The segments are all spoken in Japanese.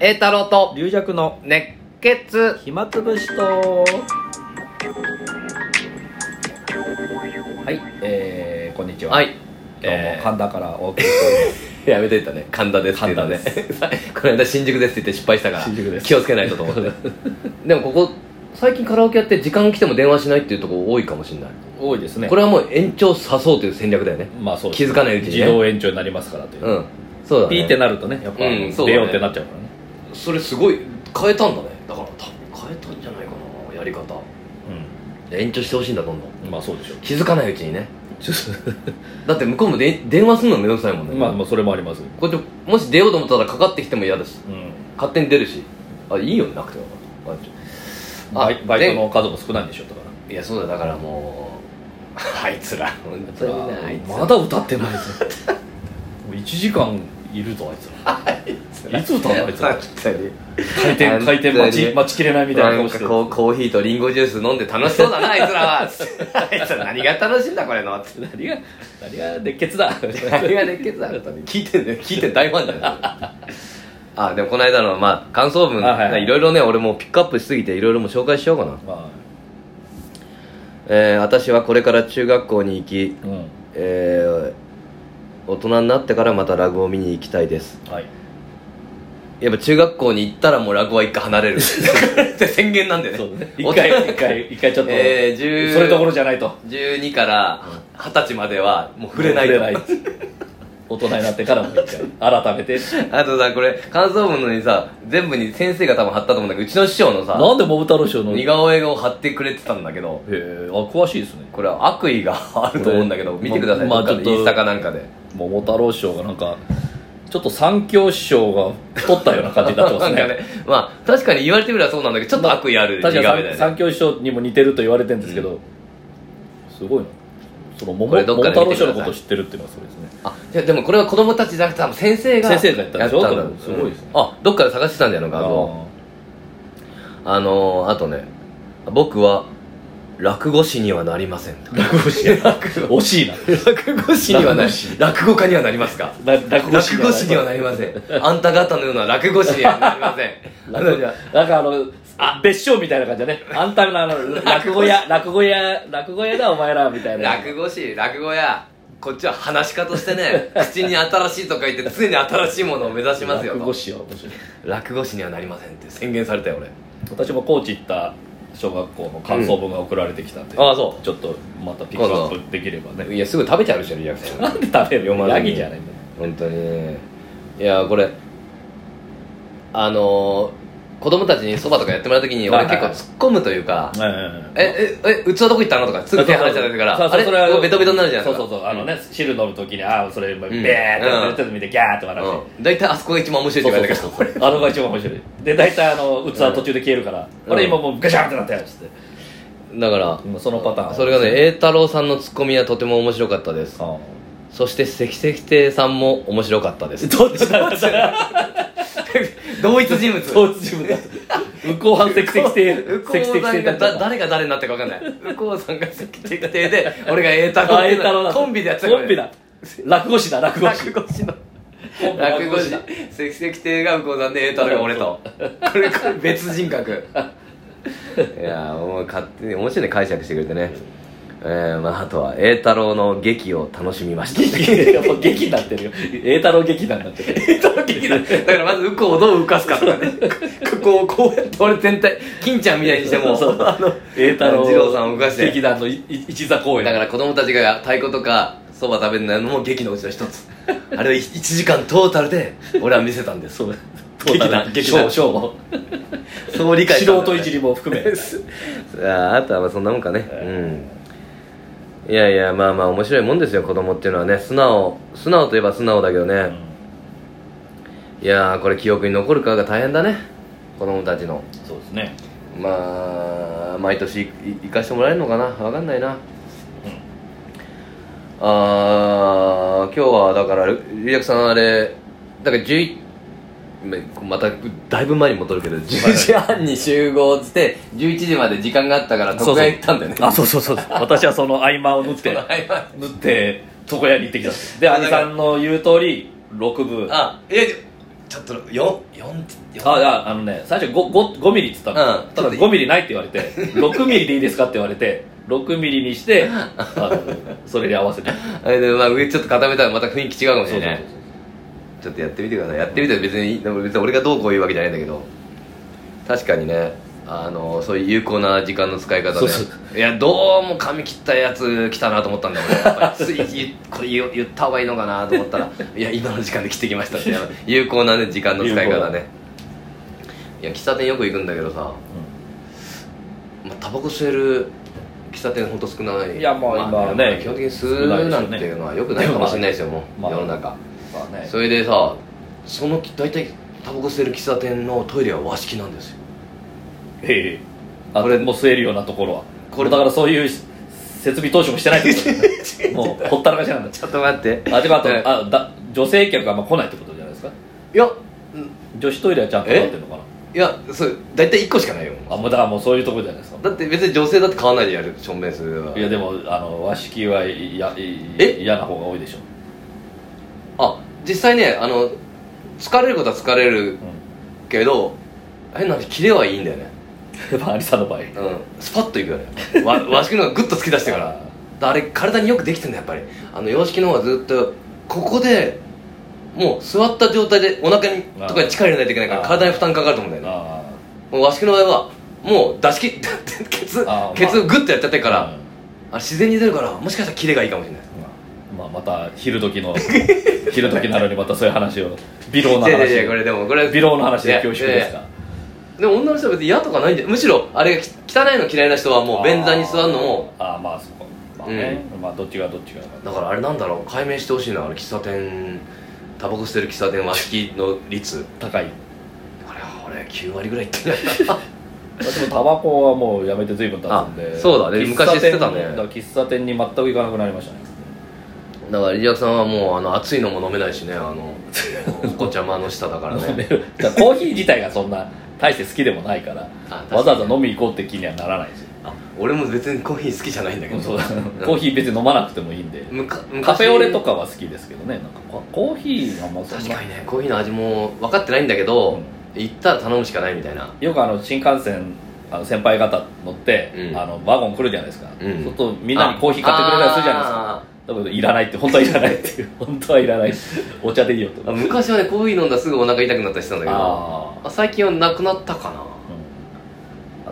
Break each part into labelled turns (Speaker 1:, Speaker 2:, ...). Speaker 1: 栄太郎と
Speaker 2: 龍弱の
Speaker 1: 熱血
Speaker 2: 暇つぶしとはいえー、こんにちは、
Speaker 1: はい
Speaker 2: どう
Speaker 1: えー
Speaker 2: も神田からお送りして
Speaker 1: やめといたね神田ですって言ったね この間新宿ですって言って失敗したから
Speaker 2: 新宿です
Speaker 1: 気をつけないとと思って でもここ最近カラオケやって時間来ても電話しないっていうところ多いかもしれない、
Speaker 2: おります多いですね
Speaker 1: これはもう延長さそうという戦略だよね
Speaker 2: まあそうです
Speaker 1: 気づかないうちにね
Speaker 2: 自動延長になりますからという、
Speaker 1: うんそうだね
Speaker 2: ピーってなるとねやっぱ、
Speaker 1: うんそうだね
Speaker 2: 出ようってなっちゃうからね
Speaker 1: それすごい変えたんだねだから多分変えたんじゃないかなやり方延長してほしいんだどんどん
Speaker 2: うんまあそうでしょう
Speaker 1: 気づかないうちにね
Speaker 2: ちょっ
Speaker 1: だって向こうもで電話するのめんどくさいもん
Speaker 2: と
Speaker 1: ね、
Speaker 2: まあまあそれもあります
Speaker 1: こうやってもし出ようと思ったらかかってきても嫌だし
Speaker 2: うん
Speaker 1: 勝手に出るしあいいよねなくてもあ
Speaker 2: バイバイト
Speaker 1: で
Speaker 2: の数も少ないんでしょだから
Speaker 1: いやそうだよだからもう あいつら本当にねあいつら
Speaker 2: まだ歌って ないぞもう1時間いるぞ あいつらいつ歌うのあ いつら
Speaker 1: 確かに
Speaker 2: 回
Speaker 1: あい
Speaker 2: 転
Speaker 1: つ
Speaker 2: 回転待ち
Speaker 1: ね
Speaker 2: 待ちきれないみたいな
Speaker 1: な
Speaker 2: 顔
Speaker 1: ん
Speaker 2: し
Speaker 1: か
Speaker 2: て
Speaker 1: こうコーヒーとリンゴジュース飲んで楽しそうだ なあいつらはあいつら何が楽しいんだこれのって
Speaker 2: 何が何が熱血だ
Speaker 1: 何が熱血だろうと聞いてんね聞いて大ファンだよ あでもこの間のまあ感想文
Speaker 2: あはいはい
Speaker 1: いろいろね俺もうピックアップしすぎていろいろもう紹介しようかな
Speaker 2: ま
Speaker 1: えー私はこれから中学校に行き
Speaker 2: あうん
Speaker 1: えー大人になってからまたラグを見に行きたいです
Speaker 2: はい
Speaker 1: やっぱ中学校に行ったらもう落語は一回離れ るって宣言なんだよね
Speaker 2: そうだ ね一回一回一回ちょっと、
Speaker 1: えー10
Speaker 2: それどころじゃないと
Speaker 1: 12から二十歳まではもう触れない
Speaker 2: 触れない大人になってからも一回改めて
Speaker 1: あとさこれ感想文のにさ全部に先生が多分貼ったと思うんだけどうちの師匠のさ
Speaker 2: なんで桃太郎賞の
Speaker 1: 似
Speaker 2: へ
Speaker 1: 顔絵を貼ってくれてたんだけど
Speaker 2: えあ詳しいですね
Speaker 1: これは悪意があると思うんだけど
Speaker 2: これ
Speaker 1: 見てください、ま
Speaker 2: まあ
Speaker 1: あ、
Speaker 2: ちょっと
Speaker 1: インスタかなんかで
Speaker 2: 桃太郎賞がなんかちょっと三強師匠が太ったような感じになってま
Speaker 1: な
Speaker 2: す
Speaker 1: ん
Speaker 2: ね
Speaker 1: かねまあ確かに言われてみればそうなんだけどちょっと悪意ある似顔
Speaker 2: 確
Speaker 1: 絵
Speaker 2: か
Speaker 1: だ
Speaker 2: に
Speaker 1: よね
Speaker 2: 三強師匠にも似てると言われてるんですけど、すごいなその
Speaker 1: こ
Speaker 2: 桃
Speaker 1: れどっ
Speaker 2: 桃
Speaker 1: かで
Speaker 2: 太
Speaker 1: 見てく
Speaker 2: 郎
Speaker 1: ださい
Speaker 2: 賞のことを知ってるっていうのはそうですね
Speaker 1: あいやでもこれは子供たちじゃなくて多分先生が
Speaker 2: 先生がやったんでしょ
Speaker 1: やったんだ
Speaker 2: すごいですね
Speaker 1: あどっかで探してたんだよな画像あのー、あとね僕は落語師にはなりません
Speaker 2: 落語師惜しいな
Speaker 1: 落語師にはなり
Speaker 2: 落語師
Speaker 1: 落語家にはなりますか
Speaker 2: ら落語師
Speaker 1: 落語師にはなりませんあんた方のような落語師にはなりません あのじゃ
Speaker 2: なんかあのあ別称みたいな感じだねあんたのあの落語屋落語屋落語屋だお前らみたいな
Speaker 1: 落語師落語やこっちは話し家としてね 口に新しいと書いて常に新しいものを目指しますよ
Speaker 2: 落語
Speaker 1: と
Speaker 2: 師は面白い
Speaker 1: 落語師にはなりませんって宣言されたよ俺
Speaker 2: 私も高知行った小学校の感想文が送られてきたんで、
Speaker 1: うんあそう
Speaker 2: ちょっとまたピックアップできればね
Speaker 1: いやすぐ食べちゃうでしょリアクション
Speaker 2: なんで食べる
Speaker 1: 読ま
Speaker 2: ヤ
Speaker 1: ずに
Speaker 2: ギじゃないんだよ
Speaker 1: 本当にねいやこれあのー、子供たちにそばとかやってもらうときに
Speaker 2: はい
Speaker 1: 俺
Speaker 2: はい
Speaker 1: 結構突っ込
Speaker 2: はい
Speaker 1: むというか「
Speaker 2: え
Speaker 1: えええ器どこ行ったの?」とかすぐ手離しちゃってから
Speaker 2: そう
Speaker 1: あ
Speaker 2: そう
Speaker 1: れ
Speaker 2: それは
Speaker 1: ベトベトになるじゃない
Speaker 2: そ
Speaker 1: で
Speaker 2: う
Speaker 1: すか
Speaker 2: そうそうあのね汁飲む時にああそれベー
Speaker 1: ん
Speaker 2: ってやってる時見てギャーって笑うし
Speaker 1: うん大体あそこが一番面白い
Speaker 2: そ
Speaker 1: っ
Speaker 2: う
Speaker 1: て
Speaker 2: そ
Speaker 1: 言わ
Speaker 2: う
Speaker 1: れたから
Speaker 2: そうそうあのが一番面白いで大体あの器途中で消えるから
Speaker 1: うん
Speaker 2: あれ今もうガシャンってなったやつって
Speaker 1: だから
Speaker 2: 今そのパターン
Speaker 1: それがね栄太郎さんのツッコミはとても面白かったです
Speaker 2: あ
Speaker 1: そして関関亭さんも面白かったです
Speaker 2: ーどっちだった
Speaker 1: 同一人物
Speaker 2: そう自分だ向こう半赤赤性
Speaker 1: 向こ
Speaker 2: 赤
Speaker 1: う
Speaker 2: 赤
Speaker 1: さ
Speaker 2: 性
Speaker 1: ん
Speaker 2: だ
Speaker 1: が
Speaker 2: っ
Speaker 1: だ
Speaker 2: た
Speaker 1: 誰が誰になってるか分かんない向こうさんが関関亭で俺が栄太郎
Speaker 2: あ栄太郎だ
Speaker 1: コンビでやってたから
Speaker 2: コンビだ落語師だ落語師
Speaker 1: 落語師の
Speaker 2: コンビ
Speaker 1: 落語師だ関関亭が向こうさんで栄太郎が俺とこれこれ別人 格いやーもう勝手に面白いね解釈してくれてねえー、まああとは栄太郎の劇を楽しみました
Speaker 2: 劇やっぱ劇になってるよ栄太郎劇団になってる栄太郎劇団
Speaker 1: だからまずウコをどう浮かすかとかね ここをこうやって俺全体金ちゃんみたいにして も
Speaker 2: そうそう
Speaker 1: あの
Speaker 2: 栄太郎
Speaker 1: 二郎さんを動かして
Speaker 2: 劇団のいい一座公演
Speaker 1: だから子供たちが太鼓とかそば食べるのも劇のうちの一つあれを1時間トータルで俺は見せたんです
Speaker 2: そう
Speaker 1: 劇団
Speaker 2: 劇団
Speaker 1: ショ
Speaker 2: 賞も
Speaker 1: そう理解したんだ
Speaker 2: 素
Speaker 1: よね
Speaker 2: 人いじりも含 め
Speaker 1: ああとはまあそんなもんかねうんいやいやまあまあ面白いもんですよ子供っていうのはね素直素直といえば素直だけどね、いやーこれ記憶に残るかが大変だね子供たちの
Speaker 2: そうですね
Speaker 1: まあ毎年い行かしてもらえるのかなわかんないな、ああ今日はだからリアクさんあれだから11めまただいぶ前に戻るけど10時半に集合して11時まで時間があったから
Speaker 2: そうそう
Speaker 1: 徳川行ったんだよね
Speaker 2: あそうそう そう私はその合間を縫って
Speaker 1: あ
Speaker 2: 縫って床屋に行ってきたで兄さんの言う通り6部
Speaker 1: あいや
Speaker 3: ちょっとよ四四
Speaker 2: あいやあのね最初 5, 5ミリって言ったの、
Speaker 1: うん
Speaker 2: ただ5ミリないって言われて6ミ リでいいですかって言われて6ミリにしてあのそれに合 わせて
Speaker 1: あれでまあ上ちょっと固めたらまた雰囲気違うかもしれない
Speaker 2: そうそう
Speaker 1: ちょっとやってみてくださいやってみたら別にでも別に俺がどうこう言うわけじゃないんだけど確かにねあのそういう有効な時間の使い方で
Speaker 2: そうそ
Speaker 1: いやどうも髪切ったやつ来たなと思ったんだよ俺やっぱりつい言これ言言った方がいいのかなと思ったら 「いや今の時間で切ってきました」って有効なね時間の使い
Speaker 2: 有効
Speaker 1: 方
Speaker 2: だ
Speaker 1: ねいや喫茶店よく行くんだけどさ、まあ、タバコ吸える喫茶店ほんと少ない
Speaker 2: いやまあ今はね
Speaker 1: まあ基本的に吸うなんていうのはよくないかもしれないですよもう
Speaker 2: まあ
Speaker 1: 世の中
Speaker 2: まあね
Speaker 1: それでさその大体タバコ吸える喫茶店のトイレは和式なんですよ
Speaker 2: ええあ
Speaker 1: こ
Speaker 2: こ
Speaker 1: れ
Speaker 2: れもう吸えるようなところは
Speaker 1: これ
Speaker 2: これだからそういうし設備投資もしてないってこと だよねもうほったらかしなんだ
Speaker 1: ちょっと待って
Speaker 2: あでもあと
Speaker 1: ね
Speaker 2: あだ女性客があんま来ないってことじゃないですか
Speaker 1: いや
Speaker 2: 女子トイレはちゃんとなってるのかない
Speaker 1: やそう大体1個しかないよ
Speaker 2: あもうだからもうそういうとこじゃないですか
Speaker 1: だって別に女性だって買わないでやる証明する
Speaker 2: いやでもあの和式はやい
Speaker 1: え
Speaker 2: 嫌な方が多いでしょ、
Speaker 1: あ実際ねあの疲れることは疲れる
Speaker 2: う
Speaker 1: けど変な話キレはいいんだよね
Speaker 2: ん、 まあアリさんの場合
Speaker 1: うんスパッといくよねわ 和式の方がグッと突き出してから
Speaker 2: あ
Speaker 1: あれ体によくできてんだやっぱりあの洋式の方はずっとここでもう座った状態でお腹にとかに力入れないといけないから
Speaker 2: あー
Speaker 1: 体に負担かかると思うんだよね
Speaker 2: あ
Speaker 1: もう和式の場合はもう出し切って ケツ
Speaker 2: あー
Speaker 1: ケツをグッとやっちゃってる
Speaker 2: か
Speaker 1: から、あれ自然に出るからもしかしたらキレがいいかもしれない
Speaker 2: まあ、また昼時の昼時なのにまたそういう話を微老の
Speaker 1: いやいやい
Speaker 2: 話
Speaker 1: やこれでもこれ
Speaker 2: 微老の話で恐縮
Speaker 1: いやい
Speaker 2: で
Speaker 1: や
Speaker 2: す
Speaker 1: いや
Speaker 2: か
Speaker 1: でも女の人は別に嫌とかないんでむしろあれが汚いの嫌いな人はもう便座に座るのも
Speaker 2: あーあーまあそこまあね、まあどっちがどっちが
Speaker 1: だからあれなんだろう解明してほしいなあの喫茶店タバコ捨てる喫茶店和式の率
Speaker 2: 高い
Speaker 1: あれは俺9割ぐらいいってない
Speaker 2: 私もタバコはもうやめて随分経つんで
Speaker 1: あそうだね
Speaker 2: 喫茶
Speaker 1: 昔
Speaker 2: 店
Speaker 1: 吸ってたね
Speaker 2: だから喫茶店に全く行かなくなりましたね
Speaker 1: だからリアクさんはもうあの熱いのも飲めないしねあのお茶間の下だから
Speaker 2: 飲め
Speaker 1: ね
Speaker 2: るだからコーヒー自体がそんな大して好きでもないから
Speaker 1: 確かに
Speaker 2: わざわざ飲みに行こうって気にはならないですよ
Speaker 1: あ俺も別にコーヒー好きじゃないんだけど
Speaker 2: そうだコーヒー別に飲まなくてもいいんで
Speaker 1: むか昔
Speaker 2: カフェオレとかは好きですけどねなんかココーヒーがもうそんな
Speaker 1: 確かにねコーヒーの味も分かってないんだけど、行ったら頼むしかないみたいな
Speaker 2: よくあの新幹線あの先輩方乗って、
Speaker 1: うん
Speaker 2: あのワゴン来るじゃないですか、
Speaker 1: うん
Speaker 2: ちょっとみんなにコーヒー買ってくれたりするじゃないですか
Speaker 1: か
Speaker 2: だけどいらないって本当はいらないっ ていう本当はいらないお茶でいいよと
Speaker 1: 昔はねコーヒー飲んだらすぐお腹痛くなったりしてたんだけど
Speaker 2: あ
Speaker 1: あ最近はなくなったかな
Speaker 2: ー、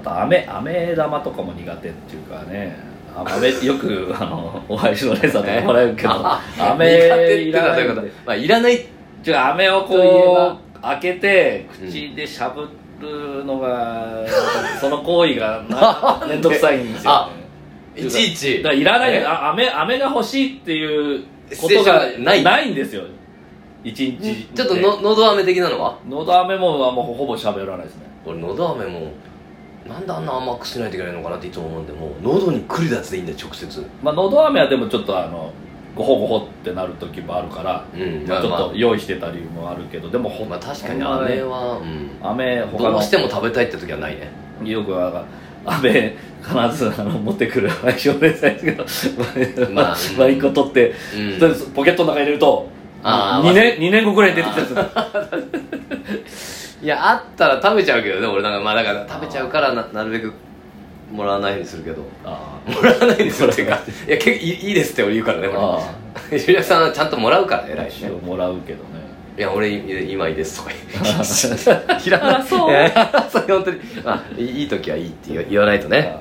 Speaker 2: うん、あと飴飴玉とかも苦手っていうかねあ飴よ くあのお囃子のレーサーとかもらえるけど
Speaker 1: あ苦手っ
Speaker 2: 飴
Speaker 1: てい
Speaker 2: いう
Speaker 1: の
Speaker 2: ら
Speaker 1: は
Speaker 2: な
Speaker 1: どう
Speaker 2: い
Speaker 1: いうことまあいらない
Speaker 2: ちょ飴を
Speaker 1: といえば
Speaker 2: こう開けて口でしゃぶるのが、その行為がな面倒くさいんですよ、
Speaker 1: あ
Speaker 2: ね、
Speaker 1: いちいち
Speaker 2: だからいらない
Speaker 1: ね
Speaker 2: あ飴飴が欲しいっていうこ
Speaker 1: ス
Speaker 2: と
Speaker 1: テ
Speaker 2: が
Speaker 1: ーションない
Speaker 2: ないんですよ一日
Speaker 1: ちょっとの喉飴的なのは
Speaker 2: 喉飴もあんまほぼ喋らないですね
Speaker 1: 俺のど飴もなんであんな甘くしないといけないのかなっていつも思うんでもう喉にくるやつでいいんだよ直接
Speaker 2: まあ喉飴はでもちょっとあのごほごほってなる時もあるから、
Speaker 1: うん
Speaker 2: まあちょ
Speaker 1: まあ
Speaker 2: っと用意してたりもあるけどでもほ
Speaker 1: まあ確かに飴は、うん、
Speaker 2: 飴他の
Speaker 1: どうしても食べたいって時はないね
Speaker 2: よくは安倍必ずあの持ってくる相性でさですけど、
Speaker 1: ま
Speaker 2: ま
Speaker 1: あ
Speaker 2: あ、マイコ取って、
Speaker 1: うん
Speaker 2: とりあえずポケットの中に入れると
Speaker 1: あー
Speaker 2: 2年二年後くらいに出てきた やつ
Speaker 1: いやあったら食べちゃうけどね俺なんかまあだから食べちゃうからななるべくもらわないようにするけど
Speaker 2: あ
Speaker 1: もらわないようにするっていう かいや結構いいいいですって俺言うからね俺
Speaker 2: あ
Speaker 1: ゆりやさんはちゃんともらうから偉いし
Speaker 2: 一
Speaker 1: ね
Speaker 2: 応もらうけどね
Speaker 1: いや俺い今いいですとか言う
Speaker 2: あ
Speaker 1: いらない
Speaker 2: あそう
Speaker 1: いやいやそれ本当にまあいいいい時はいいって言わ言わないとね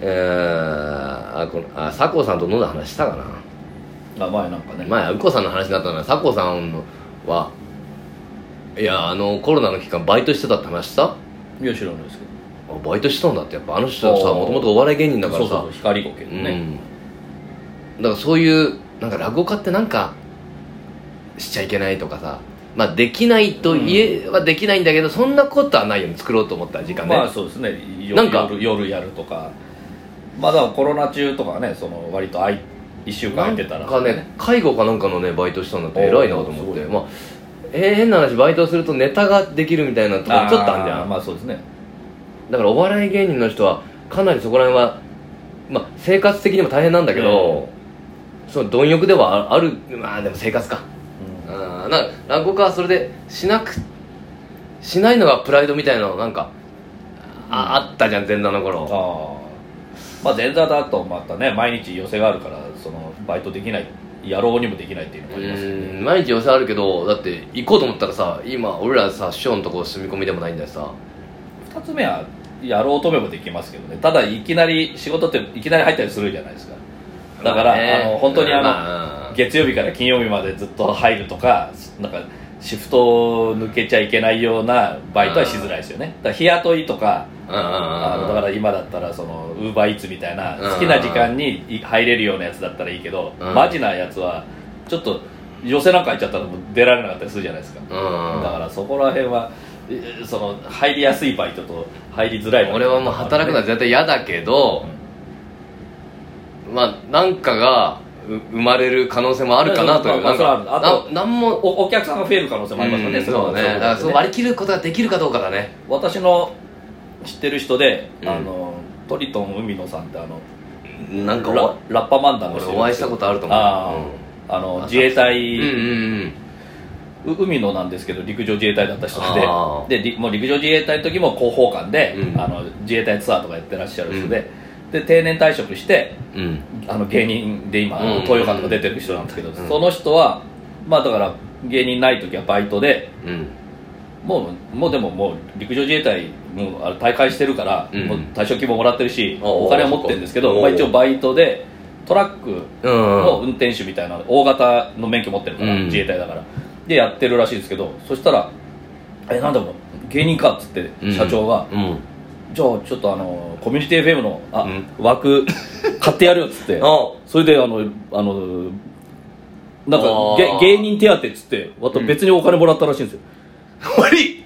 Speaker 1: えーあこのあ佐藤さんと飲んだ話したかな
Speaker 2: あ前なんかね
Speaker 1: 前うこさんの話になったのは佐藤さんはいやあのコロナの期間バイトしてたって話した
Speaker 2: いや知らないですけ
Speaker 1: あバイトしてたんだってやっぱあの人はさ
Speaker 2: あー
Speaker 1: もともとお笑い芸人だ
Speaker 2: ど
Speaker 1: か
Speaker 2: そ
Speaker 1: ら
Speaker 2: うそうそ
Speaker 1: さ
Speaker 2: う光ごけど
Speaker 1: う
Speaker 2: ね、
Speaker 1: んだからそういうなんか落語家ってなんかしちゃいけないとかさまあできないと言えばできないんだけど、そんなことはないよね作ろうと思ったら時間ね、
Speaker 2: まあそうですね夜
Speaker 1: なんか
Speaker 2: 夜夜やるとかまあだからコロナ中とかねその割とあい1週間空いてたら
Speaker 1: なんかね介護かなんかのねバイトしたんだって偉いなと思っ
Speaker 2: おーすご
Speaker 1: て
Speaker 2: い
Speaker 1: まあえー変な話バイトするとネタができるみたいなところちょっとあんじゃん
Speaker 2: まあそうですね
Speaker 1: だからお笑い芸人の人はかなりそこら辺は、まあ、生活的にも大変なんだけど、その貪欲ではああるまあでも生活か、
Speaker 2: うん
Speaker 1: うん、うんなんか落語家はそれでしなくしないのがプライドみたいなのなんかああったじゃん前座の頃
Speaker 2: あーまあ前座だとまたね毎日寄せがあるからそのバイトできない野郎にもできないっていうのもありますよね
Speaker 1: うん毎日寄せあるけどだって行こうと思ったらさ今俺らさ師匠のとこ住み込みでもないんだよさ
Speaker 2: 2つ目はやろうとめもできますけどねただいきなり仕事っていきなり入ったりするじゃないですかだから、
Speaker 1: ま
Speaker 2: あ
Speaker 1: ね
Speaker 2: の本当にあの、
Speaker 1: まあ
Speaker 2: 月曜日から金曜日までずっと入るとかなんかシフトを抜けちゃいけないようなバイトはしづらいですよねだから日雇いとか
Speaker 1: うんうん
Speaker 2: あ
Speaker 1: うん
Speaker 2: の
Speaker 1: うん
Speaker 2: だから今だったらそのウーバーイーツみたいな
Speaker 1: うん
Speaker 2: 好きな時間にい入れるようなやつだったらいいけど
Speaker 1: うん
Speaker 2: マジなやつはちょっと寄せなんか行っちゃったらもう出られなかったりするじゃないですかだ
Speaker 1: うん
Speaker 2: からそこら辺はえその入りやすいバイトと入りづらいバイト
Speaker 1: 俺はもう働くのは絶対嫌だけど、まあなんかがう生まれる可能性もあるかなという、
Speaker 2: ま
Speaker 1: なんか
Speaker 2: あまあまあそれはあるあと
Speaker 1: ななんも
Speaker 2: おお客さんが増える可能性もありますよね
Speaker 1: うん
Speaker 2: の
Speaker 1: そうねだからそう割り切ることができるかどうかだね
Speaker 2: 私の知ってる人で、
Speaker 1: うん
Speaker 2: あのトリトン海野さんってあの
Speaker 1: なんか
Speaker 2: ラ
Speaker 1: お
Speaker 2: ラッパ漫談の
Speaker 1: 俺
Speaker 2: 人
Speaker 1: お会いしたことあると思う
Speaker 2: あーあの自衛
Speaker 1: うん
Speaker 2: 隊、
Speaker 1: うんうん
Speaker 2: う海野なんですけど陸上自衛隊だった人
Speaker 1: あー
Speaker 2: ででりもう陸上自衛隊の時も広報官で、
Speaker 1: うん
Speaker 2: あの自衛隊ツアーとかやってらっしゃる人で、で定年退職して
Speaker 1: うん
Speaker 2: あの芸人で今、
Speaker 1: うん
Speaker 2: 東洋館とか出てる人なんだけど、
Speaker 1: ん
Speaker 2: その人はまあだから芸人ない時はバイトで
Speaker 1: うん
Speaker 2: もうもうでももう陸上自衛隊もうあれ大会してるから、
Speaker 1: うん
Speaker 2: もう退職金ももらってるし
Speaker 1: ああ
Speaker 2: お金は持ってるんですけ
Speaker 1: そっ
Speaker 2: ど、
Speaker 1: か
Speaker 2: まあ、一応バイトでトラック
Speaker 1: うん
Speaker 2: の運転手みたいな大型の免許持ってるから、
Speaker 1: うん
Speaker 2: 自衛隊だからでやってるらしいですけどそしたら「えなんだろう芸人か」っつって
Speaker 1: うん
Speaker 2: 社長が「
Speaker 1: うん
Speaker 2: じゃあちょっとあのコミュニティ FM のあ、
Speaker 1: うん
Speaker 2: 枠買ってやるよ」っつって
Speaker 1: あ
Speaker 2: それであのあのなんか
Speaker 1: あー
Speaker 2: げ芸人手当っつってまた別にお金もらったらしいんですよ、
Speaker 1: 終わり